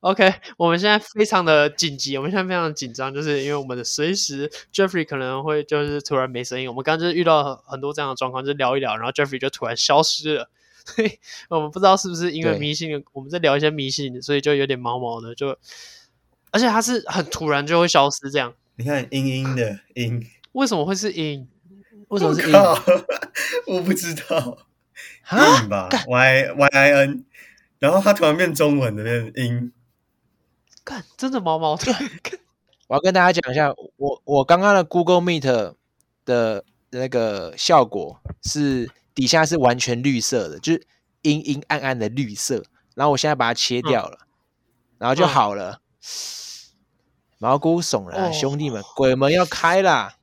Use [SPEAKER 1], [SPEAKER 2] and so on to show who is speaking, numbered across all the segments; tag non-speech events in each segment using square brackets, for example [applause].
[SPEAKER 1] OK，我们现在非常的紧急，我们现在非常紧张，就是因为我们的随时 Jeffrey 可能会就是突然没声音。我们刚刚就是遇到很多这样的状况，就聊一聊，然后 Jeffrey 就突然消失了。所以我们不知道是不是因为
[SPEAKER 2] 对
[SPEAKER 1] 迷信的，我们在聊一些迷信，所以就有点毛毛的，就而且它是很突然就会消失，这样
[SPEAKER 3] 你看阴
[SPEAKER 2] [laughs]
[SPEAKER 3] 阴的阴，
[SPEAKER 1] 为什么会是阴？为什
[SPEAKER 3] 我
[SPEAKER 1] 么是阴？
[SPEAKER 3] 靠， [laughs] 嗯我不知道
[SPEAKER 1] 啊
[SPEAKER 3] 阴吧，y y i n，然后它突然变中文的变阴，
[SPEAKER 1] 干，真的毛毛的，干
[SPEAKER 2] 我要跟大家讲一下，我我刚刚的 Google Meet 的那个效果是底下是完全绿色的，就是阴阴暗暗的绿色。然后我现在把它切掉了，然后就
[SPEAKER 1] 嗯
[SPEAKER 2] 好了。毛骨悚然啊、
[SPEAKER 1] 哦
[SPEAKER 2] 兄弟们，鬼门要开啦！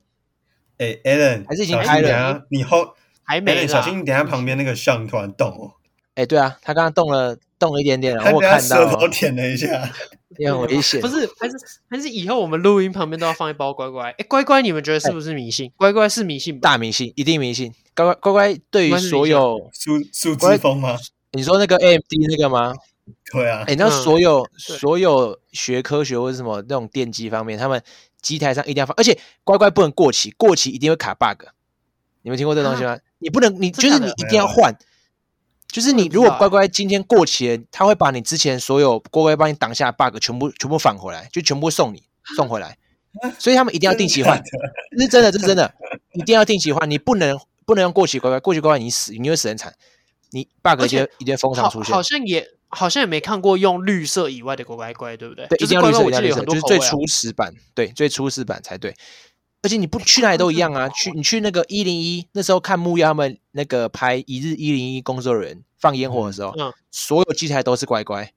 [SPEAKER 3] 哎，Alan
[SPEAKER 2] 还是已经
[SPEAKER 3] 小心
[SPEAKER 2] 开了
[SPEAKER 3] 等下你后
[SPEAKER 1] [laughs] 还
[SPEAKER 3] Alan
[SPEAKER 1] 没
[SPEAKER 3] 小
[SPEAKER 1] 啦。
[SPEAKER 3] 心，你等下旁边那个象突然动哦，
[SPEAKER 2] 哎，对啊，他刚刚动了动了一点点了，
[SPEAKER 3] 他
[SPEAKER 2] 我
[SPEAKER 3] 等
[SPEAKER 2] 有
[SPEAKER 3] 下
[SPEAKER 2] 看到
[SPEAKER 3] 舌头
[SPEAKER 2] 了，
[SPEAKER 3] 舔了一下，
[SPEAKER 2] 也很危险。啊
[SPEAKER 1] 不是，还是还是以后我们录音旁边都要放一包乖乖。哎，乖乖，你们觉得是不是迷信？乖乖是迷信吧？
[SPEAKER 2] 大迷信，一定迷信。乖乖乖乖，对于
[SPEAKER 1] 关注一
[SPEAKER 2] 所
[SPEAKER 1] 下
[SPEAKER 2] 有
[SPEAKER 3] 树树
[SPEAKER 2] 乖
[SPEAKER 3] 枝风吗？
[SPEAKER 2] 你说那个 AMD 那个吗？
[SPEAKER 3] 对啊
[SPEAKER 2] 哎、，你知道
[SPEAKER 1] 嗯
[SPEAKER 2] 所有、
[SPEAKER 1] 对
[SPEAKER 2] 所有学科学或者什么那种电机方面，他们机台上一定要放，而且乖乖不能过期，过期一定会卡 bug。你们听过这东西吗？你不能，你
[SPEAKER 1] 啊真
[SPEAKER 2] 就
[SPEAKER 1] 假
[SPEAKER 2] 是
[SPEAKER 1] 的
[SPEAKER 2] 你一定要
[SPEAKER 3] 没有
[SPEAKER 2] 换，就是
[SPEAKER 1] 我也
[SPEAKER 2] 你
[SPEAKER 1] 不
[SPEAKER 2] 如
[SPEAKER 1] 知
[SPEAKER 2] 果
[SPEAKER 1] 道
[SPEAKER 2] 乖乖今天过期了，他会把你之前所有乖乖帮你挡下的 bug 全部全部返回来，就全部送你送
[SPEAKER 1] [laughs]
[SPEAKER 2] 回来。所以他们一定要定期
[SPEAKER 3] [laughs]
[SPEAKER 2] 换，
[SPEAKER 3] 真的假的
[SPEAKER 2] 这是真的，这是真的，一定要定期换，你不能不能用过期乖乖，过期乖乖你死你会死很惨，你 bug
[SPEAKER 1] 而
[SPEAKER 2] 一定
[SPEAKER 1] 且
[SPEAKER 2] 会一定会封
[SPEAKER 1] 好
[SPEAKER 2] 厂出现
[SPEAKER 1] 好。像也好像也没看过用绿色以外的乖乖乖，对不对？
[SPEAKER 2] 对，
[SPEAKER 1] 就
[SPEAKER 2] 一
[SPEAKER 1] 是
[SPEAKER 2] 定要
[SPEAKER 1] 乖
[SPEAKER 2] 绿
[SPEAKER 1] 乖，
[SPEAKER 2] 色，
[SPEAKER 1] 我记
[SPEAKER 2] 一定要
[SPEAKER 1] 得
[SPEAKER 2] 绿
[SPEAKER 1] 有
[SPEAKER 2] 色，
[SPEAKER 1] 很
[SPEAKER 2] 就
[SPEAKER 1] 多
[SPEAKER 2] 是
[SPEAKER 1] 口
[SPEAKER 2] 最
[SPEAKER 1] 味啊。
[SPEAKER 2] 初始版，对，最初始版才对。而且你不去哪里都一样啊，去你去那个一零一那时候看木曜他们那个拍一日一零一工作人员放烟火的时候，
[SPEAKER 1] 嗯嗯
[SPEAKER 2] 所有机台都是乖乖，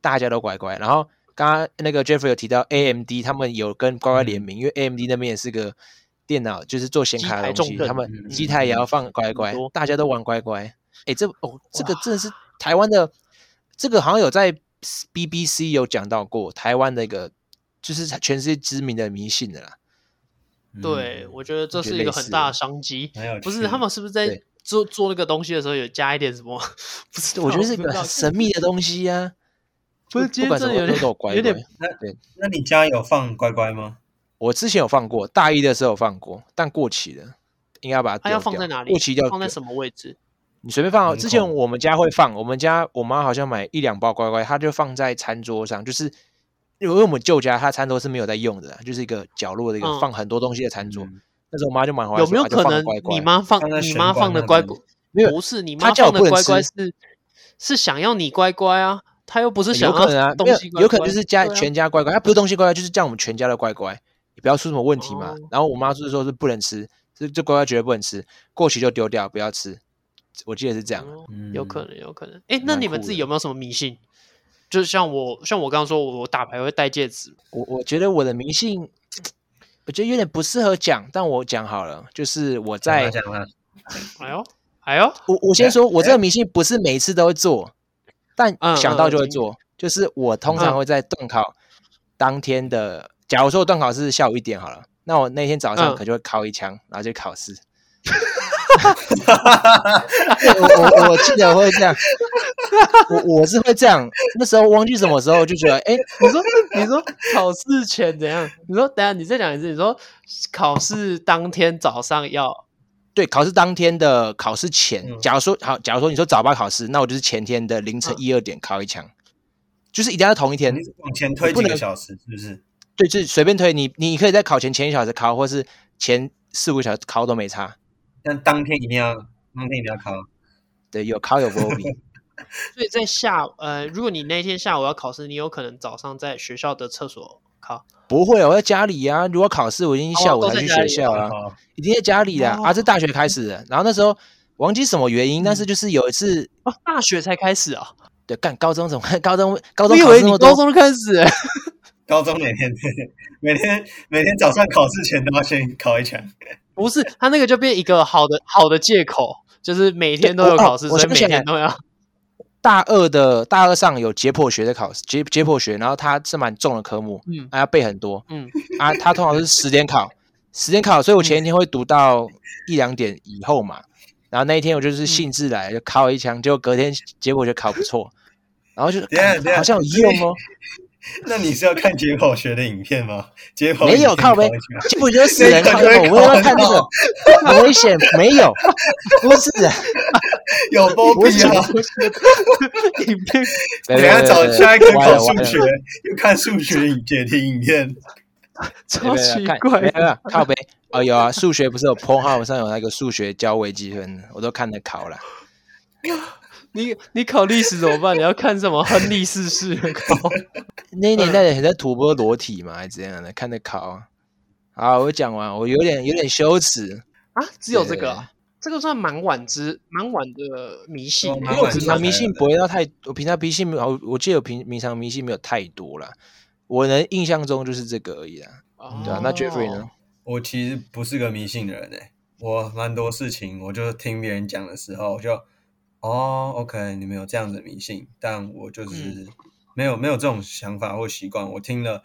[SPEAKER 2] 大家都乖乖。然后刚刚那个 Jeffrey 有提到 AMD 他们有跟乖乖联
[SPEAKER 1] 嗯
[SPEAKER 2] 名，因为 AMD 那边也是个电脑，就是做显
[SPEAKER 1] 机
[SPEAKER 2] 卡的
[SPEAKER 1] 台
[SPEAKER 2] 东
[SPEAKER 1] 重
[SPEAKER 2] 西，
[SPEAKER 1] 镇
[SPEAKER 2] 他们
[SPEAKER 3] 嗯
[SPEAKER 2] 机台也要放乖乖
[SPEAKER 1] 很多，
[SPEAKER 2] 大家都玩乖乖。哎，这哦，这个真的是台湾的，这个好像有在 BBC 有讲到过，台湾的一个就是全世界知名的迷信的啦。
[SPEAKER 1] 对，我觉得这
[SPEAKER 2] 嗯我觉得
[SPEAKER 1] 是一个
[SPEAKER 2] 类
[SPEAKER 1] 很
[SPEAKER 2] 似
[SPEAKER 1] 大的
[SPEAKER 2] 的嗯
[SPEAKER 1] 商机。
[SPEAKER 3] 蛮有
[SPEAKER 1] 不
[SPEAKER 3] 趣
[SPEAKER 1] 是他们是不是在
[SPEAKER 2] 对
[SPEAKER 1] 做做那个东西的时候有加一点什么？ [laughs] 不是，
[SPEAKER 2] 我觉得是一
[SPEAKER 1] 不
[SPEAKER 2] 个
[SPEAKER 1] 知道
[SPEAKER 2] 很神秘的东西啊。
[SPEAKER 1] 不是
[SPEAKER 2] 不
[SPEAKER 1] 今
[SPEAKER 2] 不
[SPEAKER 1] 天
[SPEAKER 2] 管
[SPEAKER 1] 真的
[SPEAKER 2] 什么
[SPEAKER 1] 有
[SPEAKER 2] 都
[SPEAKER 1] 点
[SPEAKER 2] 都有乖
[SPEAKER 1] 有
[SPEAKER 2] 乖
[SPEAKER 1] 点。
[SPEAKER 3] 那你家有放乖乖吗？
[SPEAKER 2] 我之前有放过，大一的时候有放过，但过期了，应该要把它
[SPEAKER 1] 它
[SPEAKER 2] 丢
[SPEAKER 1] 要
[SPEAKER 2] 掉。
[SPEAKER 1] 放在哪里？
[SPEAKER 2] 过期掉，
[SPEAKER 1] 放在什嗯么位置？
[SPEAKER 2] 你随便放哦。
[SPEAKER 3] 门
[SPEAKER 2] 之前
[SPEAKER 3] 口
[SPEAKER 2] 我们家会放，我们家我妈好像买一两包乖乖，她就放在餐桌上，就是因为我们旧家她餐桌是没有在用的啦，就是一个角落的一个、
[SPEAKER 1] 嗯
[SPEAKER 2] 放很多东西的餐桌。
[SPEAKER 3] 嗯
[SPEAKER 2] 但是我妈就买回来
[SPEAKER 1] 有
[SPEAKER 2] 说
[SPEAKER 1] 没有
[SPEAKER 2] 啊就
[SPEAKER 1] 可
[SPEAKER 2] 放
[SPEAKER 1] 能
[SPEAKER 2] 乖乖
[SPEAKER 1] 你妈放
[SPEAKER 3] 放在
[SPEAKER 1] 你
[SPEAKER 3] 玄
[SPEAKER 1] 妈
[SPEAKER 3] 关
[SPEAKER 1] 放的
[SPEAKER 3] 那
[SPEAKER 1] 乖
[SPEAKER 3] 边
[SPEAKER 1] 乖？
[SPEAKER 2] 没有
[SPEAKER 1] 不是，你
[SPEAKER 2] 她
[SPEAKER 1] 妈
[SPEAKER 2] 叫我
[SPEAKER 1] 放的
[SPEAKER 2] 不
[SPEAKER 1] 乖
[SPEAKER 2] 能
[SPEAKER 1] 乖
[SPEAKER 2] 吃
[SPEAKER 1] 是是想要你乖乖啊，她又不是想
[SPEAKER 2] 有可能
[SPEAKER 1] 要
[SPEAKER 2] 啊，
[SPEAKER 1] 东
[SPEAKER 2] 没有
[SPEAKER 1] 西乖乖，
[SPEAKER 2] 有可能就是家
[SPEAKER 1] 对啊
[SPEAKER 2] 全家乖乖，它不是东西乖乖，就是叫我们全家的乖乖，你不要出什么问题嘛
[SPEAKER 1] 哦。
[SPEAKER 2] 然后我妈就是说是不能吃，这这乖乖绝对不能吃，过期就丢掉，不要吃。我记得是这样啊，
[SPEAKER 1] 哦
[SPEAKER 3] 嗯
[SPEAKER 1] 有可能，有可能。哎、那
[SPEAKER 2] 蛮
[SPEAKER 1] 你们
[SPEAKER 2] 酷
[SPEAKER 1] 自己
[SPEAKER 2] 的
[SPEAKER 1] 有没有什么迷信？就是像我，像我刚刚说，我我打牌会戴戒指，
[SPEAKER 2] 我我觉得我的迷信，我觉得有点不适合讲，但我讲好了，就是我在
[SPEAKER 3] 讲啊啦，
[SPEAKER 1] 哎呦，哎呦，
[SPEAKER 2] 我我先说，我这个迷信不是每一次都会做，但
[SPEAKER 1] 嗯
[SPEAKER 2] 想
[SPEAKER 1] 嗯
[SPEAKER 2] 到就会
[SPEAKER 1] 嗯
[SPEAKER 2] 做。就是我通常
[SPEAKER 1] 嗯
[SPEAKER 2] 会在段考当天的，假如说我段考是下午一点好了，那我那天早上
[SPEAKER 1] 嗯
[SPEAKER 2] 可能就会敲一枪，然后就
[SPEAKER 1] [laughs]
[SPEAKER 2] 考试。我我我记得会这样，我我是会这样。那时候忘记什么时候就觉得，哎、
[SPEAKER 1] 你说你
[SPEAKER 2] [laughs]
[SPEAKER 1] 说考试前怎样？你说等一下你再讲一次，你说考试当天早上要
[SPEAKER 2] 对，考试当天的考试前，
[SPEAKER 3] 嗯
[SPEAKER 2] 假如说好，假如说你说早八考试，那我就是前天的凌晨
[SPEAKER 1] 嗯
[SPEAKER 2] 一二点敲一枪，就是一定要同一天
[SPEAKER 3] 你。是往前推
[SPEAKER 2] 你不
[SPEAKER 3] 几个
[SPEAKER 2] 能
[SPEAKER 3] 小时，是不是？
[SPEAKER 2] 对，就是随便推你，你可以在考前前一小时考，或是前四五个小时考都没差。
[SPEAKER 3] 但当天一定要，当天一定要考。
[SPEAKER 2] 对，有考有
[SPEAKER 1] [laughs]
[SPEAKER 2] 不 OB，
[SPEAKER 1] 所以在下午呃，如果你那天下午要考试，你有可能早上在学校的厕所考。
[SPEAKER 2] 不会，我在家里啊。如果考试，我已经
[SPEAKER 1] 哦嗯
[SPEAKER 2] 下午
[SPEAKER 1] 都
[SPEAKER 2] 才
[SPEAKER 1] 在
[SPEAKER 2] 去
[SPEAKER 1] 家
[SPEAKER 2] 学
[SPEAKER 1] 里
[SPEAKER 2] 校啊，
[SPEAKER 3] 好
[SPEAKER 2] 已经在家里了、啊。这大学开始的，然后那时候忘记什么原
[SPEAKER 1] 嗯
[SPEAKER 2] 因，但是就是有一次，
[SPEAKER 1] 哦，大学才开始啊！
[SPEAKER 2] 对，干高中怎么 [laughs] 高中高
[SPEAKER 1] 我
[SPEAKER 2] 中
[SPEAKER 1] 以
[SPEAKER 2] 考试
[SPEAKER 1] 为
[SPEAKER 2] 那
[SPEAKER 1] 你 [laughs]
[SPEAKER 2] 么
[SPEAKER 1] 高
[SPEAKER 2] 多，
[SPEAKER 1] 中就开始、 [laughs]
[SPEAKER 3] 高中每天 [laughs] 每天每天早上考试前都要先考一场。
[SPEAKER 1] 不是他那个就变一个好的好的借口，就是每天都
[SPEAKER 2] 对
[SPEAKER 1] 有
[SPEAKER 2] 我
[SPEAKER 1] 考试，
[SPEAKER 2] 哦
[SPEAKER 1] 所
[SPEAKER 2] 我
[SPEAKER 1] 以
[SPEAKER 2] 想
[SPEAKER 1] 每
[SPEAKER 2] 起来
[SPEAKER 1] 天都 [laughs] 要。
[SPEAKER 2] 大二的大二上有解剖学的考试，解解剖学，然后它是蛮重的科目，
[SPEAKER 1] 嗯
[SPEAKER 2] 啊，要背很多
[SPEAKER 1] 嗯，
[SPEAKER 2] 啊。它通常是十点考，十点考，所以我
[SPEAKER 3] 嗯
[SPEAKER 2] 前一天会读到一两点以
[SPEAKER 3] 嗯
[SPEAKER 2] 后嘛。然后那一天我就是兴致来，就敲一枪，结果隔天结果就考不错，然后就是
[SPEAKER 3] 等一下
[SPEAKER 2] 干
[SPEAKER 3] 等一下
[SPEAKER 2] 好像有用哦，
[SPEAKER 3] [laughs] 那你是要看解剖学的影片吗？ [laughs] 解剖
[SPEAKER 2] 没有靠
[SPEAKER 3] 呗
[SPEAKER 2] 呗，这不就是死
[SPEAKER 3] 那
[SPEAKER 2] 人
[SPEAKER 3] 个
[SPEAKER 2] 靠
[SPEAKER 3] 就会
[SPEAKER 2] 背吗？我又
[SPEAKER 3] 考
[SPEAKER 2] 要看那
[SPEAKER 3] 到
[SPEAKER 2] 个很危险，没有，不是啊，
[SPEAKER 3] 有波
[SPEAKER 1] 我
[SPEAKER 3] 比
[SPEAKER 1] 想
[SPEAKER 3] [laughs] 啊！
[SPEAKER 1] 说是影片
[SPEAKER 3] [laughs] 等一下找下一
[SPEAKER 2] 个
[SPEAKER 3] 科考数学，又看数学解题影片。
[SPEAKER 1] 超奇
[SPEAKER 2] 没
[SPEAKER 1] 怪
[SPEAKER 2] 有
[SPEAKER 1] [laughs]
[SPEAKER 2] 没有靠背哦，有啊，数学不是有 p o h u 上有那个数学教微积分，我都看得考了。
[SPEAKER 1] 你你考历史怎么办？你要看什么亨利四世的考？
[SPEAKER 2] 那一
[SPEAKER 3] 嗯
[SPEAKER 2] 年代的人在吐蕃裸体嘛，还是怎样的，看得考啊。好，我讲完，我有点有点羞耻，
[SPEAKER 1] [laughs] 啊，只有这个、啊，这个算蛮晚之蛮晚的迷信、
[SPEAKER 3] 哦
[SPEAKER 1] 欸，
[SPEAKER 2] 因
[SPEAKER 3] 蛮
[SPEAKER 2] 为我
[SPEAKER 3] 晚
[SPEAKER 2] 平
[SPEAKER 3] 之
[SPEAKER 2] 常迷信不会到太，我平常迷信没有，我记得我平平常迷信没有太多啦。我能印象中就是这个而已啦，
[SPEAKER 3] 嗯
[SPEAKER 1] 哦
[SPEAKER 2] 对啊，那 Jeffrey 呢？？
[SPEAKER 3] 我其实不是个迷信的人诶、我蛮多事情，我就听别人讲的时候，我就哦，OK，你们有这样子的迷信，但我就是没有、没有这种想法或习惯。我听了，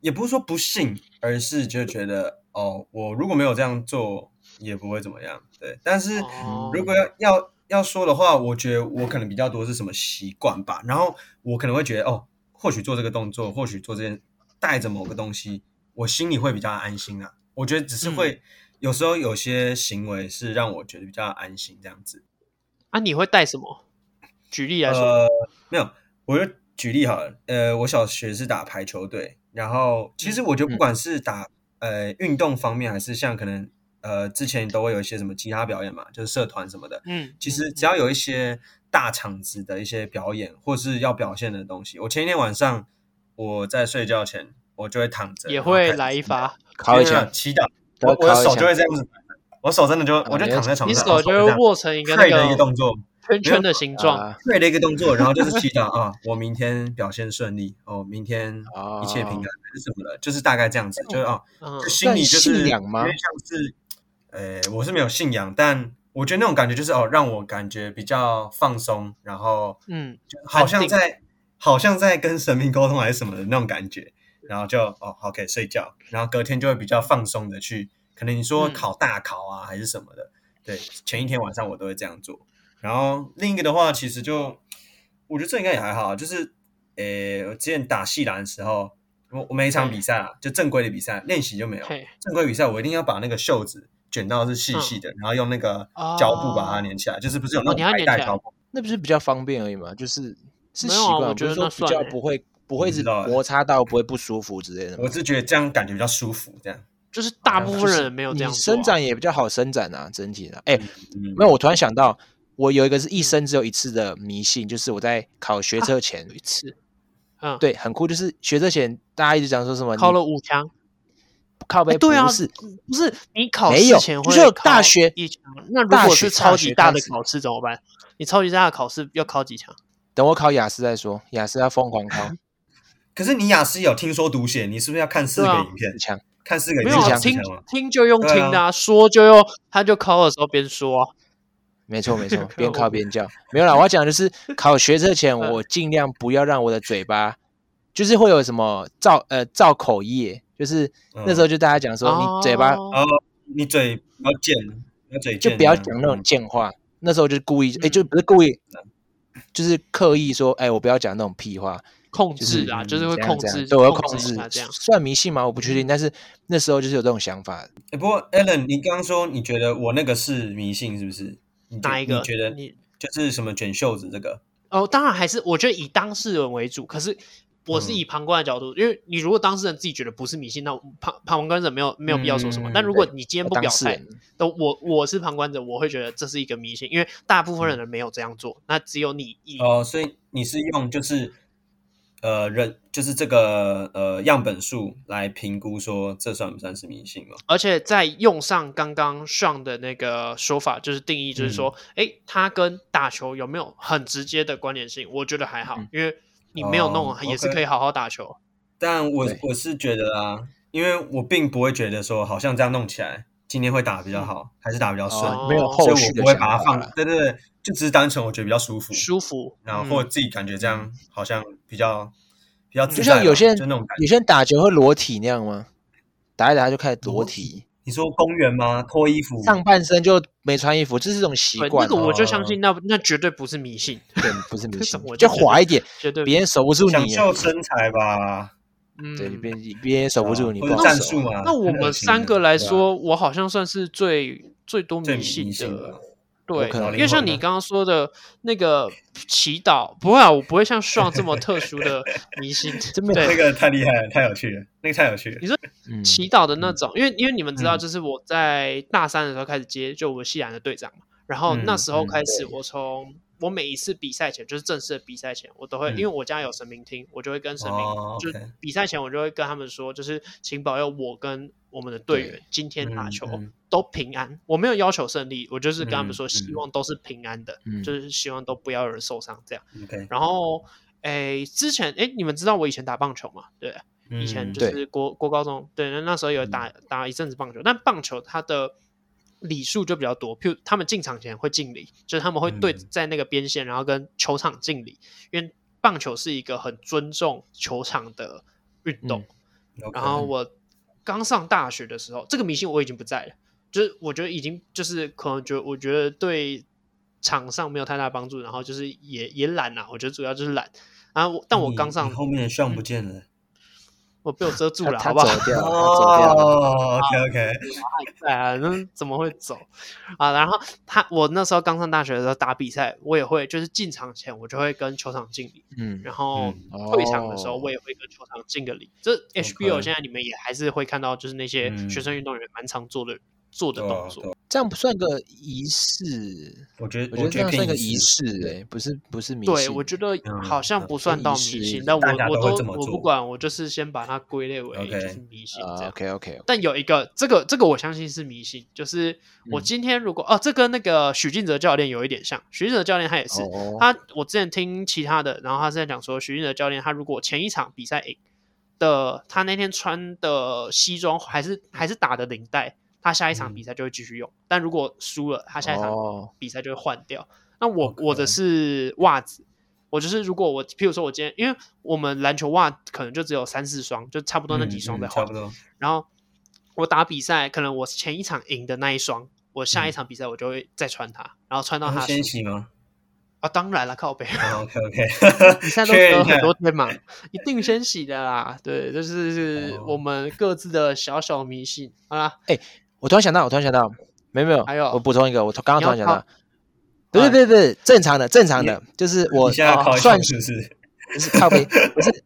[SPEAKER 3] 也不是说不信，而是就觉得哦，我如果没有这样做，也不会怎么样。对，但是
[SPEAKER 1] 哦
[SPEAKER 3] 如果要要要说的话，我觉得我可能比较多是什么习惯吧，然后我可能会觉得哦，或许做这个动作，或许做这件带着某个东西，我心里会比较安心啊。我觉得只是会、有时候有些行为是让我觉得比较安心这样子。
[SPEAKER 1] 啊，你会带什么？举例来说，
[SPEAKER 3] 呃，没有，我就举例好了。呃，我小学是打排球队，然后其实我觉得不管是打、呃运动方面，还是像可能呃之前都会有一些什么其他表演嘛，就是社团什么的，
[SPEAKER 1] 嗯，
[SPEAKER 3] 其实
[SPEAKER 1] 嗯
[SPEAKER 3] 只要有一些大场子的一些表演，或是要表现的东西，我前一天晚上我在睡觉前，我就会躺着，
[SPEAKER 1] 也
[SPEAKER 3] 然后开
[SPEAKER 1] 会
[SPEAKER 3] 始
[SPEAKER 1] 来嗯一
[SPEAKER 3] 祈祷，
[SPEAKER 1] 发，
[SPEAKER 2] 考一
[SPEAKER 3] 没有没
[SPEAKER 2] 下
[SPEAKER 3] 有，祈祷，
[SPEAKER 2] 都
[SPEAKER 3] 我我的
[SPEAKER 2] 考一
[SPEAKER 3] 手
[SPEAKER 2] 下
[SPEAKER 3] 就会这样子摆，我手真的就
[SPEAKER 2] 啊
[SPEAKER 3] 我就
[SPEAKER 2] 你
[SPEAKER 3] 躺在床
[SPEAKER 1] 你
[SPEAKER 3] 上，
[SPEAKER 1] 手就
[SPEAKER 3] 然后
[SPEAKER 1] 会握成一
[SPEAKER 3] 这
[SPEAKER 1] 个
[SPEAKER 3] 样
[SPEAKER 1] 那
[SPEAKER 3] pray 的一个
[SPEAKER 1] 个
[SPEAKER 3] 动作，
[SPEAKER 1] 圈圈的形状，
[SPEAKER 2] 啊
[SPEAKER 3] 对的一个动作，然后就是祈祷啊，我明天表现顺利哦，明天一切平安
[SPEAKER 2] 哦
[SPEAKER 3] 还是什么的，就是大概这样子，就是啊，
[SPEAKER 1] 嗯
[SPEAKER 3] 就心里就是
[SPEAKER 2] 算信仰吗
[SPEAKER 3] 有点像是，呃，我是没有信仰，但我觉得那种感觉就是哦，让我感觉比较放松，然后
[SPEAKER 1] 嗯，
[SPEAKER 3] 就好
[SPEAKER 1] 安
[SPEAKER 3] 像
[SPEAKER 1] 定
[SPEAKER 3] 在好像在跟神明沟通还是什么的那种感觉，然后就哦好可以睡觉，然后隔天就会比较放松的去，可能你说
[SPEAKER 1] 嗯
[SPEAKER 3] 考大考啊还是什么的，对，前一天晚上我都会这样做。然后另一个的话，其实就我觉得这应该也还好啊，就是诶，我之前打细篮的时候，我我每一场比赛啊，就正规的比赛练习就没有，
[SPEAKER 1] 嗯嘿，
[SPEAKER 3] 正规比赛我一定要把那个袖子卷到是细细的，然后用那个
[SPEAKER 2] 哦
[SPEAKER 3] 胶布把它粘起来，就是不是有
[SPEAKER 1] 嗯
[SPEAKER 3] 那
[SPEAKER 1] 哦你要
[SPEAKER 3] 种
[SPEAKER 1] 粘
[SPEAKER 3] 白
[SPEAKER 1] 起
[SPEAKER 3] 带
[SPEAKER 1] 来
[SPEAKER 3] 胶布？
[SPEAKER 2] 那不是比较方便而已嘛，就是是
[SPEAKER 1] 没
[SPEAKER 2] 习
[SPEAKER 1] 有啊
[SPEAKER 2] 惯，
[SPEAKER 1] 我觉
[SPEAKER 2] 不
[SPEAKER 1] 得
[SPEAKER 2] 是说
[SPEAKER 1] 那
[SPEAKER 2] 比
[SPEAKER 1] 算
[SPEAKER 2] 较
[SPEAKER 1] 欸
[SPEAKER 2] 不会不会
[SPEAKER 3] 我不
[SPEAKER 2] 是
[SPEAKER 3] 知道欸
[SPEAKER 2] 摩擦到不会不舒服之类的
[SPEAKER 3] 我
[SPEAKER 2] 嘛。
[SPEAKER 3] 是觉得这样感觉比较舒服，这样。
[SPEAKER 1] 就是大部分人没有这样
[SPEAKER 2] 你
[SPEAKER 1] 做啊
[SPEAKER 2] 伸展也比较好伸展啊，整体的。哎，
[SPEAKER 3] 嗯
[SPEAKER 2] 没有，我突然想到，我有一个是
[SPEAKER 1] 嗯
[SPEAKER 2] 一生只有一次的迷信，就是我在考学测前
[SPEAKER 1] 啊有，一次，嗯，，
[SPEAKER 2] 对，很酷，就是学测前大家一直讲说什么
[SPEAKER 1] 考了
[SPEAKER 2] 你
[SPEAKER 1] 五强，
[SPEAKER 2] 靠
[SPEAKER 1] 哎
[SPEAKER 2] 背，
[SPEAKER 1] 对啊，
[SPEAKER 2] 不是
[SPEAKER 1] 不是你考
[SPEAKER 2] 没
[SPEAKER 1] 试
[SPEAKER 2] 有
[SPEAKER 1] 前
[SPEAKER 2] 就
[SPEAKER 1] 会
[SPEAKER 2] 是有
[SPEAKER 1] 考
[SPEAKER 2] 大学
[SPEAKER 1] 一强，那如
[SPEAKER 2] 大
[SPEAKER 1] 果
[SPEAKER 2] 学
[SPEAKER 1] 是超
[SPEAKER 2] 大
[SPEAKER 1] 级
[SPEAKER 2] 学
[SPEAKER 1] 大
[SPEAKER 2] 开
[SPEAKER 1] 的
[SPEAKER 2] 始
[SPEAKER 1] 考试怎么办？你超级大的考试要考几强？
[SPEAKER 2] 等我考雅思再说，雅思要疯狂
[SPEAKER 1] [laughs]
[SPEAKER 2] 考
[SPEAKER 3] 可是你雅思有听说读写，你是不是要看四
[SPEAKER 1] 对
[SPEAKER 3] 个
[SPEAKER 1] 啊
[SPEAKER 3] 影片
[SPEAKER 2] 四？强，
[SPEAKER 3] 看四个影
[SPEAKER 1] 没
[SPEAKER 3] 片
[SPEAKER 1] 有啊，
[SPEAKER 2] 讲
[SPEAKER 3] 四
[SPEAKER 1] 听
[SPEAKER 3] 强吗？
[SPEAKER 1] 听就用
[SPEAKER 3] 对啊
[SPEAKER 1] 听的、啊，说就用，他就考的时候边说、啊，，
[SPEAKER 2] 没错没错
[SPEAKER 1] [laughs]
[SPEAKER 2] 边
[SPEAKER 1] 我
[SPEAKER 2] 考边叫。没有啦，我要讲
[SPEAKER 1] [laughs]
[SPEAKER 2] 的就是考学测前，
[SPEAKER 1] 嗯
[SPEAKER 2] 我尽量不要让我的嘴巴，就是会有什么造呃造口业，就是那
[SPEAKER 1] 嗯
[SPEAKER 2] 时候就大家讲说你嘴巴
[SPEAKER 1] 哦
[SPEAKER 3] 然后你嘴不要贱，不要嘴
[SPEAKER 2] 就
[SPEAKER 3] 贱，
[SPEAKER 2] 不要
[SPEAKER 3] 这样
[SPEAKER 2] 讲那种贱话。那时候就故意，哎、
[SPEAKER 1] 嗯
[SPEAKER 2] 就不是故意，就是刻意说，哎、我不要讲那种屁话，
[SPEAKER 1] 控
[SPEAKER 2] 就是
[SPEAKER 1] 制啊，
[SPEAKER 3] 嗯
[SPEAKER 1] 就是
[SPEAKER 2] 这
[SPEAKER 1] 会
[SPEAKER 2] 样
[SPEAKER 1] 控
[SPEAKER 2] 这
[SPEAKER 1] 制，
[SPEAKER 2] 样，对，我要
[SPEAKER 1] 控
[SPEAKER 2] 控
[SPEAKER 1] 制一
[SPEAKER 2] 制
[SPEAKER 1] 下这样。嗯
[SPEAKER 2] 算迷信吗？我不确定，但是那时候就是有这种想法。
[SPEAKER 3] 欸不过 Alan，你刚刚说你觉得我那个是迷信，是不是？你觉
[SPEAKER 1] 哪一个？
[SPEAKER 3] 你觉得
[SPEAKER 1] 你
[SPEAKER 3] 就是什么卷袖子这个？
[SPEAKER 1] 哦，当然还是我觉得以当事人为主，可是我
[SPEAKER 3] 嗯
[SPEAKER 1] 是以旁观的角度，因为你如果当事人自己觉得不是迷信，那我旁旁观者没有没有必要说什么。
[SPEAKER 3] 嗯
[SPEAKER 1] 但如果你今天不
[SPEAKER 2] 当
[SPEAKER 1] 表
[SPEAKER 2] 事
[SPEAKER 1] 态
[SPEAKER 2] 人，，
[SPEAKER 1] 那我我是旁观者，我会觉得这是一个迷信，因为大部分人没有这样做，那只有你以
[SPEAKER 3] 嗯哦，所以你是用就是呃人就是这个呃样本数来评估说这算不算是迷信吗？
[SPEAKER 1] 而且在用上刚刚上的那个说法，就是定义，就是说，哎、
[SPEAKER 3] 嗯
[SPEAKER 1] 它跟打球有没有很直接的关联性？我觉得还好，
[SPEAKER 2] 嗯
[SPEAKER 1] 因为你没有弄
[SPEAKER 3] 哦，
[SPEAKER 1] 也是
[SPEAKER 3] OK
[SPEAKER 1] 可以好好打球。
[SPEAKER 3] 但我
[SPEAKER 2] 对
[SPEAKER 3] 我是觉得啊，因为我并不会觉得说好像这样弄起来今天会打得比较好，还是打得比较顺，
[SPEAKER 1] 哦
[SPEAKER 2] 没有
[SPEAKER 3] 所以
[SPEAKER 2] 后续
[SPEAKER 3] 我
[SPEAKER 2] 的
[SPEAKER 3] 不会
[SPEAKER 2] 想
[SPEAKER 3] 把它
[SPEAKER 2] 法
[SPEAKER 3] 放
[SPEAKER 2] 啦。。
[SPEAKER 3] 对对对，就只是单纯我觉得比较舒服，
[SPEAKER 1] 舒服。
[SPEAKER 3] 然后
[SPEAKER 1] 嗯
[SPEAKER 3] 或自己感觉这样好像比较比较自
[SPEAKER 2] 就
[SPEAKER 3] 在吧，
[SPEAKER 2] 像有些人
[SPEAKER 3] 就那种感觉。
[SPEAKER 2] 有些人打球会裸体那样吗？打一打他就开始裸体，
[SPEAKER 3] 你说公园吗？脱衣服？
[SPEAKER 2] 上半身就没穿衣服，这是一种习
[SPEAKER 1] 对，
[SPEAKER 2] 惯
[SPEAKER 1] 那
[SPEAKER 2] 啊。
[SPEAKER 1] 个我就
[SPEAKER 3] 哦
[SPEAKER 1] 相信那，那绝对不是迷信，
[SPEAKER 2] 对，不是明
[SPEAKER 1] 这
[SPEAKER 2] 星
[SPEAKER 1] 种我，
[SPEAKER 2] 就
[SPEAKER 1] 就觉得
[SPEAKER 2] 滑一点，
[SPEAKER 1] 绝对不
[SPEAKER 2] 别人守不住
[SPEAKER 3] 享
[SPEAKER 2] 你啊。
[SPEAKER 3] 受身材吧，
[SPEAKER 1] 嗯，
[SPEAKER 2] 对，别人别人守不住你，
[SPEAKER 3] 啊或
[SPEAKER 2] 不
[SPEAKER 3] 者
[SPEAKER 2] 好
[SPEAKER 3] 战
[SPEAKER 2] 守
[SPEAKER 3] 术嘛。
[SPEAKER 1] 那我
[SPEAKER 3] 很
[SPEAKER 1] 们
[SPEAKER 3] 恶心
[SPEAKER 1] 三
[SPEAKER 3] 的
[SPEAKER 1] 个来
[SPEAKER 3] 对啊
[SPEAKER 1] 说，我好像算是最最多
[SPEAKER 3] 最
[SPEAKER 1] 迷
[SPEAKER 3] 迷
[SPEAKER 1] 信
[SPEAKER 3] 信
[SPEAKER 1] 的
[SPEAKER 3] 的。
[SPEAKER 1] 对，
[SPEAKER 2] 可能
[SPEAKER 1] 因为像
[SPEAKER 3] 灵魂
[SPEAKER 1] 你
[SPEAKER 3] 呢
[SPEAKER 1] 刚刚说的那个祈祷，不会啊，我不会像 Sean 这么特殊
[SPEAKER 3] [laughs]
[SPEAKER 1] 的迷信。
[SPEAKER 2] 真没有
[SPEAKER 1] 对
[SPEAKER 3] 那个太厉害了，太有趣了，那个太有趣了。
[SPEAKER 2] 嗯，
[SPEAKER 1] 祈祷的那种，因为因为你们知道，
[SPEAKER 3] 嗯
[SPEAKER 1] 就是我在大三的时候开始接，就我们系篮的队长嘛。然后
[SPEAKER 3] 嗯
[SPEAKER 1] 那时候开始，
[SPEAKER 2] 对
[SPEAKER 1] 我从我每一次比赛前，就是正式的比赛前，我都会，
[SPEAKER 3] 嗯
[SPEAKER 1] 因为我家有神明厅，我就会跟神明，
[SPEAKER 3] 哦
[SPEAKER 1] 就
[SPEAKER 3] ，OK，
[SPEAKER 1] 比赛前我就会跟他们说，就是请保佑我跟我们的队员今天打
[SPEAKER 3] 嗯
[SPEAKER 1] 球
[SPEAKER 3] 嗯
[SPEAKER 1] 都平安。我没有要求胜利，我就是跟他们说，
[SPEAKER 3] 嗯嗯
[SPEAKER 1] 希望都是平安的，
[SPEAKER 2] 嗯
[SPEAKER 1] 就是希望都不要有人受伤这样。
[SPEAKER 3] ，OK，
[SPEAKER 1] 然后，诶，之前诶，你们知道我以前打棒球嘛？对不对。以
[SPEAKER 3] 嗯
[SPEAKER 1] 前就
[SPEAKER 2] 对
[SPEAKER 1] 是国国高中，对，那那时候有打、打一阵子棒球，但棒球它的礼数就比较多，譬如他们进场前会敬礼，就是他们会对
[SPEAKER 3] 嗯
[SPEAKER 1] 在那个边线，然后跟球场敬礼，因为棒球是一个很尊重球场的运动。
[SPEAKER 3] 嗯
[SPEAKER 1] 然后
[SPEAKER 3] OK
[SPEAKER 1] 我刚上大学的时候，这个迷信我已经不在了，就是我觉得已经就是可能觉得我觉得对场上没有太大帮助，然后就是也也懒了、我觉得主要就是懒。然后我但我
[SPEAKER 3] 你
[SPEAKER 1] 刚
[SPEAKER 3] 你
[SPEAKER 1] 上，嗯
[SPEAKER 3] 后面的上不见了。
[SPEAKER 1] 我被我遮住
[SPEAKER 2] 他
[SPEAKER 1] 了，
[SPEAKER 2] 他
[SPEAKER 1] 好不好？
[SPEAKER 2] 走掉了，他
[SPEAKER 3] 哦
[SPEAKER 2] 走掉了。
[SPEAKER 3] ，OK OK，
[SPEAKER 1] [laughs] 对啊，那怎么会走啊？然后他，我那时候刚上大学的时候打比赛，我也会就是进场前我就会跟球场敬礼，
[SPEAKER 2] 嗯，
[SPEAKER 1] 然后
[SPEAKER 2] 嗯
[SPEAKER 1] 退场的时候
[SPEAKER 2] 哦
[SPEAKER 1] 我也会跟球场敬个礼。这 HBO 现在你们也还是会看到，就是那些
[SPEAKER 3] 嗯
[SPEAKER 1] 学生运动员蛮常做的做的
[SPEAKER 3] 对啊
[SPEAKER 1] 动作。
[SPEAKER 2] 这样不算个仪式，
[SPEAKER 3] 我觉得
[SPEAKER 2] 我觉得这
[SPEAKER 3] 觉得
[SPEAKER 2] 样算
[SPEAKER 3] 偏
[SPEAKER 2] 个
[SPEAKER 3] 仪
[SPEAKER 2] 仪
[SPEAKER 3] 式，
[SPEAKER 2] 式，哎，不是不是迷信。
[SPEAKER 1] 对，我觉得
[SPEAKER 3] 嗯
[SPEAKER 1] 好像不算到迷
[SPEAKER 2] 仪式
[SPEAKER 1] 信，但我
[SPEAKER 3] 大家
[SPEAKER 1] 我
[SPEAKER 3] 都会
[SPEAKER 1] 都
[SPEAKER 3] 这么
[SPEAKER 1] 我不
[SPEAKER 3] 做
[SPEAKER 1] 管，我就是先把它归类为
[SPEAKER 3] OK
[SPEAKER 1] 就是迷信这样。
[SPEAKER 2] OK OK，
[SPEAKER 1] 但有一个，这个这个我相信是迷信，就是我
[SPEAKER 2] 嗯
[SPEAKER 1] 今天如果、哦，这跟那个许晋哲教练有一点像。许晋哲教练他也是，啊
[SPEAKER 2] 哦，
[SPEAKER 1] 他我之前听其他的，然后他是在讲说，许晋哲教练他如果前一场比赛赢的，他那天穿的西装还是还是打的领带，他下一场
[SPEAKER 3] 嗯
[SPEAKER 1] 比赛就会继续用。但如果输了，他下一场
[SPEAKER 2] 哦
[SPEAKER 1] 比赛就会换掉。那我
[SPEAKER 3] OK
[SPEAKER 1] 我的是袜子，我就是如果我譬如说我今天，因为我们篮球袜可能就只有三四双，就差不多那几双
[SPEAKER 3] 嗯
[SPEAKER 1] 在
[SPEAKER 3] 嗯差
[SPEAKER 1] 换
[SPEAKER 3] 不。多。
[SPEAKER 1] 然后我打比赛，可能我前一场赢的那一双，我下一场比赛我就会再穿它，然后穿到
[SPEAKER 3] 那
[SPEAKER 1] 它
[SPEAKER 3] 嗯先
[SPEAKER 1] 输
[SPEAKER 3] 洗
[SPEAKER 1] [laughs]
[SPEAKER 3] 吗哦
[SPEAKER 1] 啊。当然了，靠背，
[SPEAKER 3] ？OK OK，
[SPEAKER 1] 比赛都
[SPEAKER 3] 确
[SPEAKER 1] 隔
[SPEAKER 3] 认一
[SPEAKER 1] 很
[SPEAKER 3] 下
[SPEAKER 1] 多天嘛，一定先洗的啦。对，这就是
[SPEAKER 3] 哦
[SPEAKER 1] 我们各自的小小迷信。好啦，
[SPEAKER 2] 我突然想到，我突然想到，没有没有，
[SPEAKER 1] 还有
[SPEAKER 2] 我补充一个，我突刚刚突然想
[SPEAKER 1] 你要
[SPEAKER 2] 到，对对对对，正常的正常的，就是我
[SPEAKER 3] 你现在
[SPEAKER 2] 哦
[SPEAKER 3] 考一
[SPEAKER 2] 算
[SPEAKER 3] 是不是？
[SPEAKER 2] 不是靠背，不是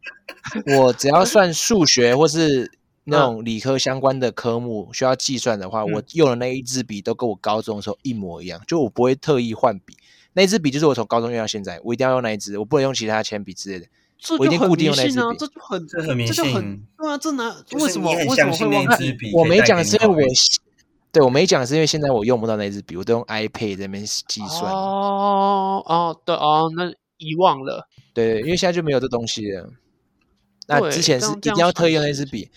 [SPEAKER 2] 我只要算数学或是
[SPEAKER 3] 嗯
[SPEAKER 2] 那种理科相关的科目需要计算的话，我用的那一支笔都跟我高中的时候一模一样，就我不会特意换笔。那一支笔就是我从高中用到现在，我一定要用那一支，我不能用其他铅笔之类的。
[SPEAKER 1] 这
[SPEAKER 2] 我一
[SPEAKER 1] 就
[SPEAKER 2] 定
[SPEAKER 1] 很
[SPEAKER 2] 固定
[SPEAKER 1] 迷
[SPEAKER 2] 用那支
[SPEAKER 1] 信啊，
[SPEAKER 2] 笔
[SPEAKER 1] 这就很
[SPEAKER 3] 这很迷
[SPEAKER 1] 这就很
[SPEAKER 3] 信，
[SPEAKER 1] 对啊，这哪
[SPEAKER 3] 就是
[SPEAKER 1] 为什么
[SPEAKER 3] 你很
[SPEAKER 1] 为什
[SPEAKER 3] 相
[SPEAKER 1] 么
[SPEAKER 3] 信
[SPEAKER 1] 会
[SPEAKER 3] 那
[SPEAKER 1] 忘
[SPEAKER 3] 一
[SPEAKER 1] 记？
[SPEAKER 3] 支笔
[SPEAKER 2] 我
[SPEAKER 3] 可以
[SPEAKER 2] 没
[SPEAKER 3] 带
[SPEAKER 2] 讲
[SPEAKER 3] 给你
[SPEAKER 2] 是因
[SPEAKER 3] 好
[SPEAKER 2] 为
[SPEAKER 3] 运
[SPEAKER 2] 我现，对我没讲是因为现在我用不到那支笔，我都用 iPad 在那边计算。
[SPEAKER 1] 哦哦，对哦，那遗忘了。
[SPEAKER 2] 对，因为现在就没有这东西了。那
[SPEAKER 1] 对
[SPEAKER 2] 之前
[SPEAKER 1] 这
[SPEAKER 2] 是
[SPEAKER 1] 样
[SPEAKER 2] 一
[SPEAKER 1] 这
[SPEAKER 2] 定
[SPEAKER 1] 样
[SPEAKER 2] 要
[SPEAKER 1] 算
[SPEAKER 2] 特意用
[SPEAKER 1] 是
[SPEAKER 2] 那支笔，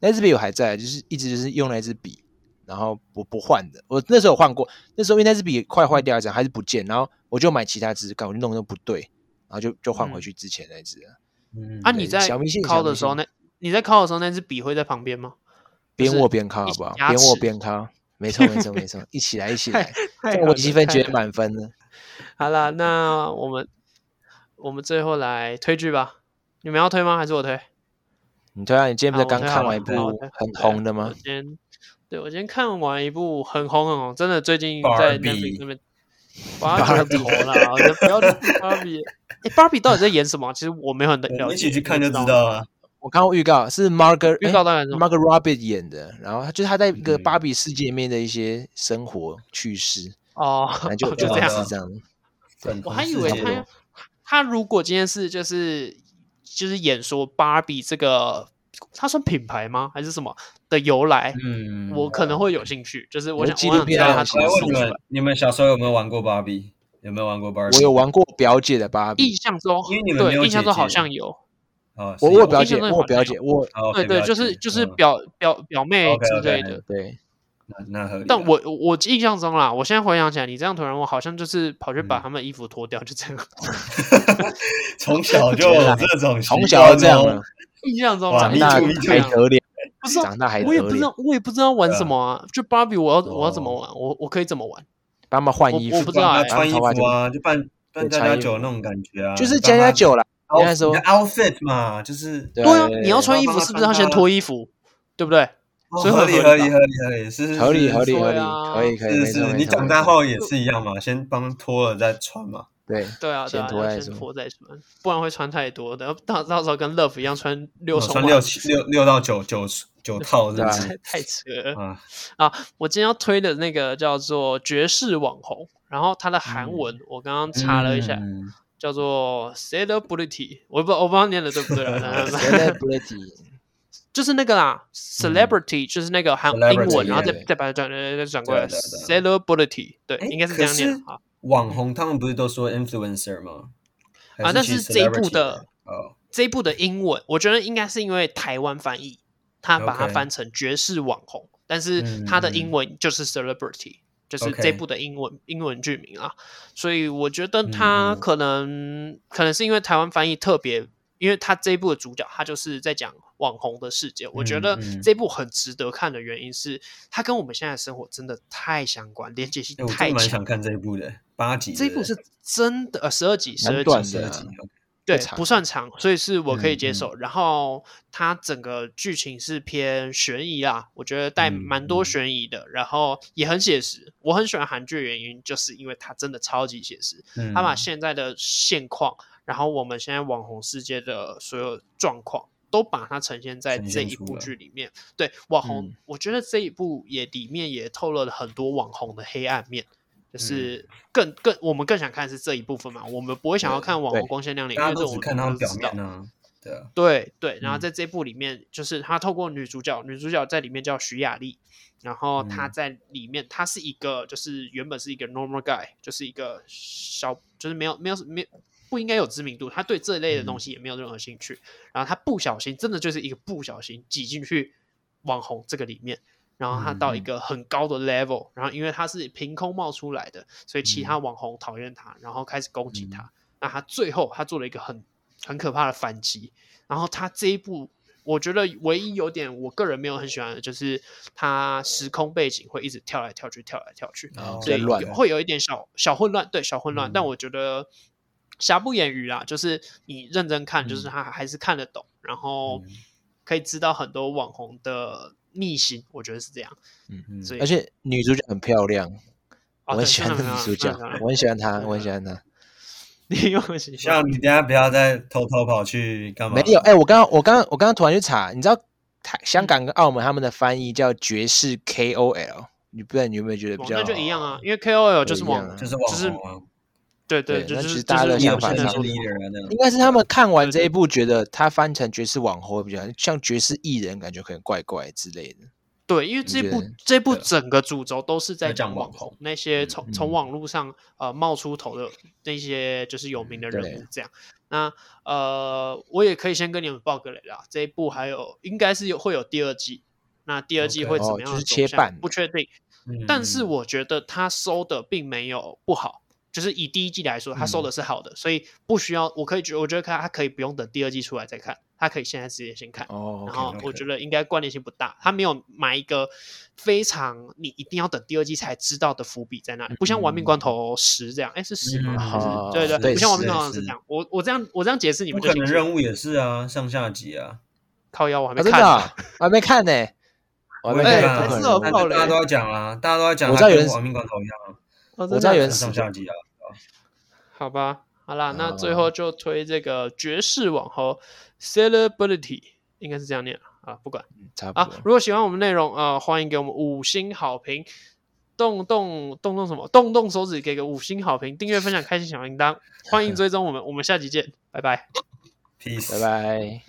[SPEAKER 2] 那支笔我还在，就是一直就是用那支笔，然后不不换的。我那时候有换过，那时候因为那支笔快坏掉了，讲还是不见，然后我就买其他支，干我就弄弄不对，然后就就换回
[SPEAKER 1] 嗯
[SPEAKER 2] 去之前那支了。
[SPEAKER 3] 嗯
[SPEAKER 1] 啊，你
[SPEAKER 2] 对
[SPEAKER 1] 在
[SPEAKER 2] 小迷信小
[SPEAKER 1] 敲
[SPEAKER 2] 迷
[SPEAKER 1] 的时候，
[SPEAKER 2] 信
[SPEAKER 1] 那你在敲的时候，那支笔会在旁边吗？就
[SPEAKER 2] 边
[SPEAKER 1] 是
[SPEAKER 2] 握边敲
[SPEAKER 1] 一
[SPEAKER 2] 好
[SPEAKER 1] 起
[SPEAKER 2] 不好？
[SPEAKER 1] 牙
[SPEAKER 2] 边握
[SPEAKER 1] 齿
[SPEAKER 2] 边敲，没错没错没
[SPEAKER 1] [laughs]
[SPEAKER 2] 错，一起来一起
[SPEAKER 1] 太
[SPEAKER 2] 来，
[SPEAKER 1] 太
[SPEAKER 2] 这样
[SPEAKER 1] 好
[SPEAKER 2] 我
[SPEAKER 1] 了
[SPEAKER 2] 积分
[SPEAKER 1] 太
[SPEAKER 2] 绝
[SPEAKER 1] 好
[SPEAKER 2] 对
[SPEAKER 1] 了
[SPEAKER 2] 满分了。
[SPEAKER 1] 好啦，那我们我们最后来推剧吧。你们要推吗？还是我推？
[SPEAKER 2] 你突然你今天不
[SPEAKER 1] 好
[SPEAKER 2] 是
[SPEAKER 1] 我
[SPEAKER 2] 刚
[SPEAKER 1] 推
[SPEAKER 2] 看
[SPEAKER 1] 好
[SPEAKER 2] 完一
[SPEAKER 1] 了
[SPEAKER 2] 部
[SPEAKER 1] 好我推
[SPEAKER 2] 很
[SPEAKER 1] 对
[SPEAKER 2] 红的吗
[SPEAKER 1] 我？今天对我今天看完一部很红很红，真的最近在
[SPEAKER 3] Barbie
[SPEAKER 1] Netflix 那边，我要觉得头啦，我就不要芭比。哎，芭比到底在演什么啊？其实我没有很
[SPEAKER 3] 我
[SPEAKER 1] 了
[SPEAKER 3] 们
[SPEAKER 1] 解，
[SPEAKER 3] 一起去看就
[SPEAKER 1] 我
[SPEAKER 3] 知
[SPEAKER 1] 不
[SPEAKER 3] 道了。
[SPEAKER 2] 我看过预告，是 Margaret
[SPEAKER 1] 预
[SPEAKER 2] 诶
[SPEAKER 1] 告当然是
[SPEAKER 2] Margot Robbie 演的，然后他就是他在一个
[SPEAKER 3] 嗯
[SPEAKER 2] 芭比世界里面的一些生活趣事，
[SPEAKER 1] 哦
[SPEAKER 2] 反正，
[SPEAKER 1] [laughs]
[SPEAKER 2] 就啊
[SPEAKER 1] 就这
[SPEAKER 2] 大
[SPEAKER 1] 样
[SPEAKER 2] 致。是这样。
[SPEAKER 3] 粉
[SPEAKER 1] 我
[SPEAKER 3] 红
[SPEAKER 1] 还以
[SPEAKER 3] 世
[SPEAKER 1] 为
[SPEAKER 3] 界
[SPEAKER 1] 他他如果今天是就是就是演说芭比这个，它算品牌吗？还是什么的由来？
[SPEAKER 3] 嗯，
[SPEAKER 1] 我可能会有兴趣，就是我
[SPEAKER 2] 有
[SPEAKER 1] 想
[SPEAKER 2] 纪
[SPEAKER 1] 我
[SPEAKER 2] 录
[SPEAKER 1] 想知
[SPEAKER 2] 片
[SPEAKER 1] 道
[SPEAKER 2] 啊
[SPEAKER 1] 它
[SPEAKER 2] 其
[SPEAKER 1] 怎
[SPEAKER 3] 我
[SPEAKER 1] 么
[SPEAKER 3] 来
[SPEAKER 2] 实
[SPEAKER 1] 做
[SPEAKER 3] 问你
[SPEAKER 1] 出来
[SPEAKER 3] 们。，你们小时候有没有玩过芭比？有没有玩过芭比？
[SPEAKER 2] 我有玩过表姐的芭比
[SPEAKER 1] 印，象中
[SPEAKER 3] 因为你们没
[SPEAKER 1] 对，
[SPEAKER 3] 有
[SPEAKER 1] 印象
[SPEAKER 3] 姐
[SPEAKER 1] 中好
[SPEAKER 3] 姐
[SPEAKER 1] 像有，
[SPEAKER 3] 哦，
[SPEAKER 2] 我
[SPEAKER 3] 是
[SPEAKER 2] 我有
[SPEAKER 3] 有
[SPEAKER 2] 表
[SPEAKER 1] 印
[SPEAKER 2] 姐，
[SPEAKER 1] 象中
[SPEAKER 2] 我有
[SPEAKER 1] 好像
[SPEAKER 2] 表姐，我
[SPEAKER 3] 哦
[SPEAKER 1] 对
[SPEAKER 3] ，OK，
[SPEAKER 1] 对，
[SPEAKER 3] 了
[SPEAKER 1] 就是
[SPEAKER 3] 解
[SPEAKER 1] 就是
[SPEAKER 3] 嗯
[SPEAKER 1] 表表表妹
[SPEAKER 3] OK，OK，
[SPEAKER 1] 之类
[SPEAKER 3] 嗯
[SPEAKER 1] 的。
[SPEAKER 2] 对
[SPEAKER 3] 那那合理啊。
[SPEAKER 1] 但我我印象中啦，我现在回想起来，你这样突然问，我好像就是跑去把
[SPEAKER 3] 嗯
[SPEAKER 1] 他们衣服脱掉，就这样。 [laughs]
[SPEAKER 3] 从小就有这种习惯哦，
[SPEAKER 2] 从小就这样了，
[SPEAKER 1] 印象中
[SPEAKER 3] 哇
[SPEAKER 1] 啦，
[SPEAKER 2] 长
[SPEAKER 3] 你
[SPEAKER 1] 印
[SPEAKER 2] 大
[SPEAKER 1] 象中
[SPEAKER 3] 就你
[SPEAKER 1] 这
[SPEAKER 3] 就
[SPEAKER 2] 太
[SPEAKER 1] 样
[SPEAKER 2] 可怜
[SPEAKER 1] 不知道
[SPEAKER 2] 长大还
[SPEAKER 1] 我也
[SPEAKER 2] 得
[SPEAKER 1] 不知
[SPEAKER 2] 脸
[SPEAKER 1] 道，我也不知道玩
[SPEAKER 3] 对啊
[SPEAKER 1] 什么啊。就芭比，我要我要怎么
[SPEAKER 3] 哦
[SPEAKER 1] 玩？我我可以怎么玩？
[SPEAKER 2] 帮他们换
[SPEAKER 1] 我
[SPEAKER 2] 衣
[SPEAKER 1] 我
[SPEAKER 2] 服
[SPEAKER 1] 不，知道哎
[SPEAKER 3] 帮他穿衣服啊，就扮扮
[SPEAKER 2] 对
[SPEAKER 3] 家
[SPEAKER 2] 穿
[SPEAKER 3] 家
[SPEAKER 2] 衣
[SPEAKER 3] 酒
[SPEAKER 2] 服
[SPEAKER 3] 那种感觉啊，
[SPEAKER 2] 就是
[SPEAKER 3] 你
[SPEAKER 2] 家
[SPEAKER 3] 帮
[SPEAKER 2] 家
[SPEAKER 3] 他
[SPEAKER 2] 酒啦。应该
[SPEAKER 3] out-
[SPEAKER 2] 说
[SPEAKER 3] 你的 outfit 嘛，就是
[SPEAKER 2] 对
[SPEAKER 1] 啊，你要穿
[SPEAKER 3] 然
[SPEAKER 1] 衣
[SPEAKER 3] 后
[SPEAKER 1] 服
[SPEAKER 3] 帮他
[SPEAKER 1] 是不
[SPEAKER 3] 穿
[SPEAKER 1] 是要先
[SPEAKER 3] 搭
[SPEAKER 1] 脱衣服？对不对？
[SPEAKER 3] 哦
[SPEAKER 1] 所以
[SPEAKER 3] 合
[SPEAKER 1] 很
[SPEAKER 3] 理
[SPEAKER 1] 合
[SPEAKER 3] 合
[SPEAKER 1] 理啊
[SPEAKER 3] 理
[SPEAKER 1] 吧
[SPEAKER 3] 合理合理是是
[SPEAKER 2] 合理合理
[SPEAKER 1] 对
[SPEAKER 2] 合理，
[SPEAKER 1] 啊
[SPEAKER 2] 可以可以，
[SPEAKER 3] 是
[SPEAKER 2] 没错
[SPEAKER 3] 是，
[SPEAKER 2] 没
[SPEAKER 3] 你
[SPEAKER 2] 错
[SPEAKER 3] 长
[SPEAKER 2] 没
[SPEAKER 3] 大
[SPEAKER 2] 错
[SPEAKER 3] 后也是一样嘛，先帮脱了再穿嘛。
[SPEAKER 2] 对
[SPEAKER 1] 对啊，对
[SPEAKER 2] 先
[SPEAKER 1] 啊，
[SPEAKER 2] 脱
[SPEAKER 1] 要
[SPEAKER 2] 再
[SPEAKER 1] 先
[SPEAKER 2] 说
[SPEAKER 1] 脱再穿，不然会穿太多的，到到时候跟 Love 一样穿六
[SPEAKER 3] 哦
[SPEAKER 1] 重
[SPEAKER 3] 穿
[SPEAKER 1] 袜
[SPEAKER 3] 六
[SPEAKER 1] 子
[SPEAKER 3] 七六六到九九九套是不
[SPEAKER 2] 对
[SPEAKER 3] 是？
[SPEAKER 1] 太扯了。
[SPEAKER 3] 啊，
[SPEAKER 1] 我今天要推的那个叫做《爵士网红》，然后它的韩文、我刚刚查了一下，
[SPEAKER 3] 嗯
[SPEAKER 1] 叫做 Celebrity，我不知道我不知道念的对不对啊
[SPEAKER 3] [laughs]
[SPEAKER 1] 但是
[SPEAKER 2] celebrity
[SPEAKER 1] [laughs] 就是那个啦，Celebrity、就是那个韩英
[SPEAKER 3] 嗯 Celebrity，
[SPEAKER 1] 文，然后再
[SPEAKER 2] 对
[SPEAKER 1] 再把它转再再转过来
[SPEAKER 3] 对对
[SPEAKER 1] ，Celebrity，对，
[SPEAKER 3] 诶
[SPEAKER 1] 应该是这样念
[SPEAKER 3] 可是
[SPEAKER 1] 啊。
[SPEAKER 3] 网红他们不是都说 influencer 吗？还
[SPEAKER 1] 啊，但
[SPEAKER 3] 其
[SPEAKER 1] 是
[SPEAKER 3] 实
[SPEAKER 1] 这一
[SPEAKER 3] celebrity
[SPEAKER 1] 部的
[SPEAKER 3] 哦，
[SPEAKER 1] 这一部的英文，我觉得应该是因为台湾翻译，他把它
[SPEAKER 3] OK 嗯
[SPEAKER 1] 翻成爵士网红，但是它的英文就是 celebrity，、就是这
[SPEAKER 3] OK
[SPEAKER 1] 部的英文英文剧名啊。所以我觉得它
[SPEAKER 3] 嗯嗯
[SPEAKER 1] 可能、可能是因为台湾翻译特别，因为它这一部的主角他就是在讲网红的世界。我觉得
[SPEAKER 3] 嗯
[SPEAKER 1] 这部很值得看的原因是，它跟我们现在的生活真的太相关，连接性
[SPEAKER 3] 哎诶我真
[SPEAKER 1] 太
[SPEAKER 3] 的蛮
[SPEAKER 1] 强。
[SPEAKER 3] 想看这一部的，八集。
[SPEAKER 1] 这一部是啊真的，呃，十二集，十
[SPEAKER 2] 蛮
[SPEAKER 1] 二
[SPEAKER 2] 短
[SPEAKER 1] 集
[SPEAKER 2] 的，
[SPEAKER 3] 十二集，
[SPEAKER 1] 对，
[SPEAKER 2] 长
[SPEAKER 1] 不算长，所以是我可以接
[SPEAKER 3] 嗯嗯
[SPEAKER 1] 受。然后它整个剧情是偏悬疑啦，我觉得带
[SPEAKER 3] 嗯
[SPEAKER 1] 蛮多
[SPEAKER 3] 嗯
[SPEAKER 1] 悬疑的，然后也很写实。我很喜欢韩剧的原因，就是因为它真的超级写实，
[SPEAKER 3] 嗯
[SPEAKER 1] 它把现在的现况，然后我们现在网红世界的所有状况，都把它呈现在
[SPEAKER 3] 呈
[SPEAKER 1] 这
[SPEAKER 3] 现
[SPEAKER 1] 一
[SPEAKER 3] 出
[SPEAKER 1] 部
[SPEAKER 3] 来
[SPEAKER 1] 剧里面。对，网红，
[SPEAKER 2] 嗯
[SPEAKER 1] 我觉得这一部也里面也透露了很多网红的黑暗面。就
[SPEAKER 3] 嗯
[SPEAKER 1] 是更更，我们更想看是这一部分嘛，我们不会想要
[SPEAKER 3] 对
[SPEAKER 1] 看网红
[SPEAKER 2] 对
[SPEAKER 1] 光鲜亮丽，因
[SPEAKER 3] 大家
[SPEAKER 1] 为这
[SPEAKER 3] 都
[SPEAKER 1] 我
[SPEAKER 3] 只
[SPEAKER 1] 们
[SPEAKER 3] 看
[SPEAKER 1] 都
[SPEAKER 3] 到
[SPEAKER 1] 知
[SPEAKER 3] 表
[SPEAKER 1] 道
[SPEAKER 3] 面啊，对啊，
[SPEAKER 1] 对对，然后
[SPEAKER 3] 嗯
[SPEAKER 1] 在这部里面，就是他透过女主角，女主角在里面叫徐雅丽，然后她
[SPEAKER 3] 嗯
[SPEAKER 1] 在里面，她是一个就是原本是一个 normal guy，就是一个小，就是没有没有没有不应该有知名度，她对这类
[SPEAKER 3] 嗯
[SPEAKER 1] 的东西也没有任何兴趣，然后她不小心，真的就是一个不小心挤进去网红这个里面。然后她到一
[SPEAKER 3] 嗯嗯
[SPEAKER 1] 个很高的 level，、然后因为她是凭空冒出来的，所以其他网红讨厌她，然后开始攻击
[SPEAKER 3] 嗯
[SPEAKER 1] 她。那她最后她做了一个很很可怕的反击，然后他这一部，我觉得唯一有点我个人没有很喜欢的就是他时空背景会一直跳来跳去，跳来跳去，
[SPEAKER 2] 然后比
[SPEAKER 1] 所
[SPEAKER 2] 较
[SPEAKER 1] 以有
[SPEAKER 2] 乱，
[SPEAKER 1] 会有一点小小混乱，对小混乱。
[SPEAKER 3] 嗯
[SPEAKER 1] 但我觉得瑕不掩瑜啦，就是你认真看，就是
[SPEAKER 2] 嗯
[SPEAKER 1] 他还是看得懂，然后
[SPEAKER 3] 嗯
[SPEAKER 1] 可以知道很多网红的秘辛，我觉得是这样。
[SPEAKER 3] 嗯
[SPEAKER 1] 所以
[SPEAKER 2] 而且女主角很漂亮，
[SPEAKER 1] 哦
[SPEAKER 2] 我
[SPEAKER 1] 对
[SPEAKER 2] 很喜欢
[SPEAKER 1] 真的
[SPEAKER 2] 那女
[SPEAKER 1] 很
[SPEAKER 2] 主角
[SPEAKER 1] 漂亮真的很漂，亮
[SPEAKER 2] 我很喜欢她，
[SPEAKER 1] 嗯
[SPEAKER 2] 我很喜欢她。
[SPEAKER 1] [laughs] 你有没有喜
[SPEAKER 3] 像
[SPEAKER 1] 欢
[SPEAKER 3] 你等一下不要再偷偷跑去干嘛？
[SPEAKER 2] 没有，哎，我刚刚我刚刚我刚刚突然去查，你知道台香港跟澳门他们的翻译叫爵士 KOL，你不知道你有没有觉得比
[SPEAKER 1] 网
[SPEAKER 2] 较
[SPEAKER 1] 那就一样啊，因为 KOL 就是
[SPEAKER 2] 不一样啊
[SPEAKER 1] 网红，
[SPEAKER 3] 就是
[SPEAKER 1] 就是
[SPEAKER 3] 网红啊，
[SPEAKER 1] 对对，
[SPEAKER 2] 对
[SPEAKER 1] 就
[SPEAKER 2] 那其
[SPEAKER 1] 是
[SPEAKER 2] 实
[SPEAKER 1] 就
[SPEAKER 2] 大家
[SPEAKER 1] 是
[SPEAKER 2] 的
[SPEAKER 1] 我
[SPEAKER 2] 想
[SPEAKER 1] 们
[SPEAKER 2] 法
[SPEAKER 1] 现
[SPEAKER 2] 是
[SPEAKER 1] 在
[SPEAKER 2] 差
[SPEAKER 1] 说
[SPEAKER 2] 不
[SPEAKER 1] 的
[SPEAKER 3] leader 啊那
[SPEAKER 2] 应
[SPEAKER 3] 种。
[SPEAKER 2] 该是他们看完
[SPEAKER 1] 对
[SPEAKER 2] 这一部，觉得他翻成爵士网红比较像爵士艺人，感觉可能怪怪之类的。
[SPEAKER 1] 对，因为
[SPEAKER 2] 你
[SPEAKER 1] 这
[SPEAKER 2] 觉
[SPEAKER 1] 部
[SPEAKER 2] 得
[SPEAKER 1] 这部
[SPEAKER 3] 对啊
[SPEAKER 1] 整个主轴都是在
[SPEAKER 3] 在讲
[SPEAKER 1] 讲
[SPEAKER 3] 网
[SPEAKER 1] 网红
[SPEAKER 3] 红
[SPEAKER 1] 那些
[SPEAKER 3] 嗯
[SPEAKER 1] 从
[SPEAKER 3] 嗯
[SPEAKER 1] 从网络上呃冒出头的那些就是有名的人
[SPEAKER 2] 嗯对啊
[SPEAKER 1] 物这样。那呃，我也可以先跟你们报个雷啦，这一部还有应该是有会有第二季，那第二季
[SPEAKER 3] OK
[SPEAKER 1] 会怎
[SPEAKER 2] 哦
[SPEAKER 1] 么样
[SPEAKER 2] 就
[SPEAKER 1] 的
[SPEAKER 2] 是
[SPEAKER 1] 走
[SPEAKER 2] 切
[SPEAKER 1] 向
[SPEAKER 2] 半
[SPEAKER 1] 不确定，
[SPEAKER 3] 嗯
[SPEAKER 1] 但是我觉得他收的并没有不好，就是以第一季来说，他
[SPEAKER 2] 嗯
[SPEAKER 1] 收的是好的，所以不需要，我可以觉我觉得他他可以不用等第二季出来再看，他可以现在直接先看。
[SPEAKER 2] 哦
[SPEAKER 1] 然
[SPEAKER 2] ，OK，
[SPEAKER 1] 后
[SPEAKER 3] OK，OK
[SPEAKER 1] 我觉得应该关联性不大，他没有埋一个非常你一定要等第二季才知道的伏笔在那里，不像《亡命关头十》这样，哎，是十吗？
[SPEAKER 3] 嗯
[SPEAKER 1] 还是
[SPEAKER 2] 哦
[SPEAKER 1] [laughs] 对
[SPEAKER 2] 嗯对
[SPEAKER 1] 不像《亡命
[SPEAKER 3] 是
[SPEAKER 1] 关头十》
[SPEAKER 3] 是
[SPEAKER 1] 这样。我我这样我这样解释你
[SPEAKER 3] 嗯不
[SPEAKER 1] 们
[SPEAKER 3] 可
[SPEAKER 1] 就清
[SPEAKER 3] 能
[SPEAKER 1] 楚了。
[SPEAKER 3] 任务也是啊，上下集啊，
[SPEAKER 1] 靠腰我还
[SPEAKER 2] 啊
[SPEAKER 1] 没
[SPEAKER 2] 真
[SPEAKER 1] 看
[SPEAKER 2] 的
[SPEAKER 1] 呢，
[SPEAKER 2] 啊，我还没看呢，哎我还没
[SPEAKER 1] 也
[SPEAKER 2] 看
[SPEAKER 1] 没
[SPEAKER 2] 呢
[SPEAKER 1] 看
[SPEAKER 2] 不可
[SPEAKER 1] 是哦
[SPEAKER 2] 能
[SPEAKER 3] 大
[SPEAKER 1] 爆
[SPEAKER 3] 家
[SPEAKER 1] 雷
[SPEAKER 3] 大家都在讲啊，大家都在讲，
[SPEAKER 2] 我知道有人
[SPEAKER 3] 跟亡命关头一样啊，
[SPEAKER 1] 哦
[SPEAKER 2] 我
[SPEAKER 1] 真
[SPEAKER 2] 知道
[SPEAKER 1] 的
[SPEAKER 2] 有人
[SPEAKER 3] 上上下集啊，
[SPEAKER 1] 好吧，好啦，那最
[SPEAKER 2] 哦
[SPEAKER 1] 后就推这个爵士网红 Celebrity，应该是这样念啊，不管。
[SPEAKER 2] 差不
[SPEAKER 1] 啊
[SPEAKER 2] 多。，
[SPEAKER 1] 如果喜欢我们内容，呃，欢迎给我们五星好评，动动动动什么，动动手指给个五星好评，订阅、分享、开启小铃铛，欢迎追踪我们，我们下期见，拜拜。
[SPEAKER 3] ，peace，
[SPEAKER 2] 拜。拜。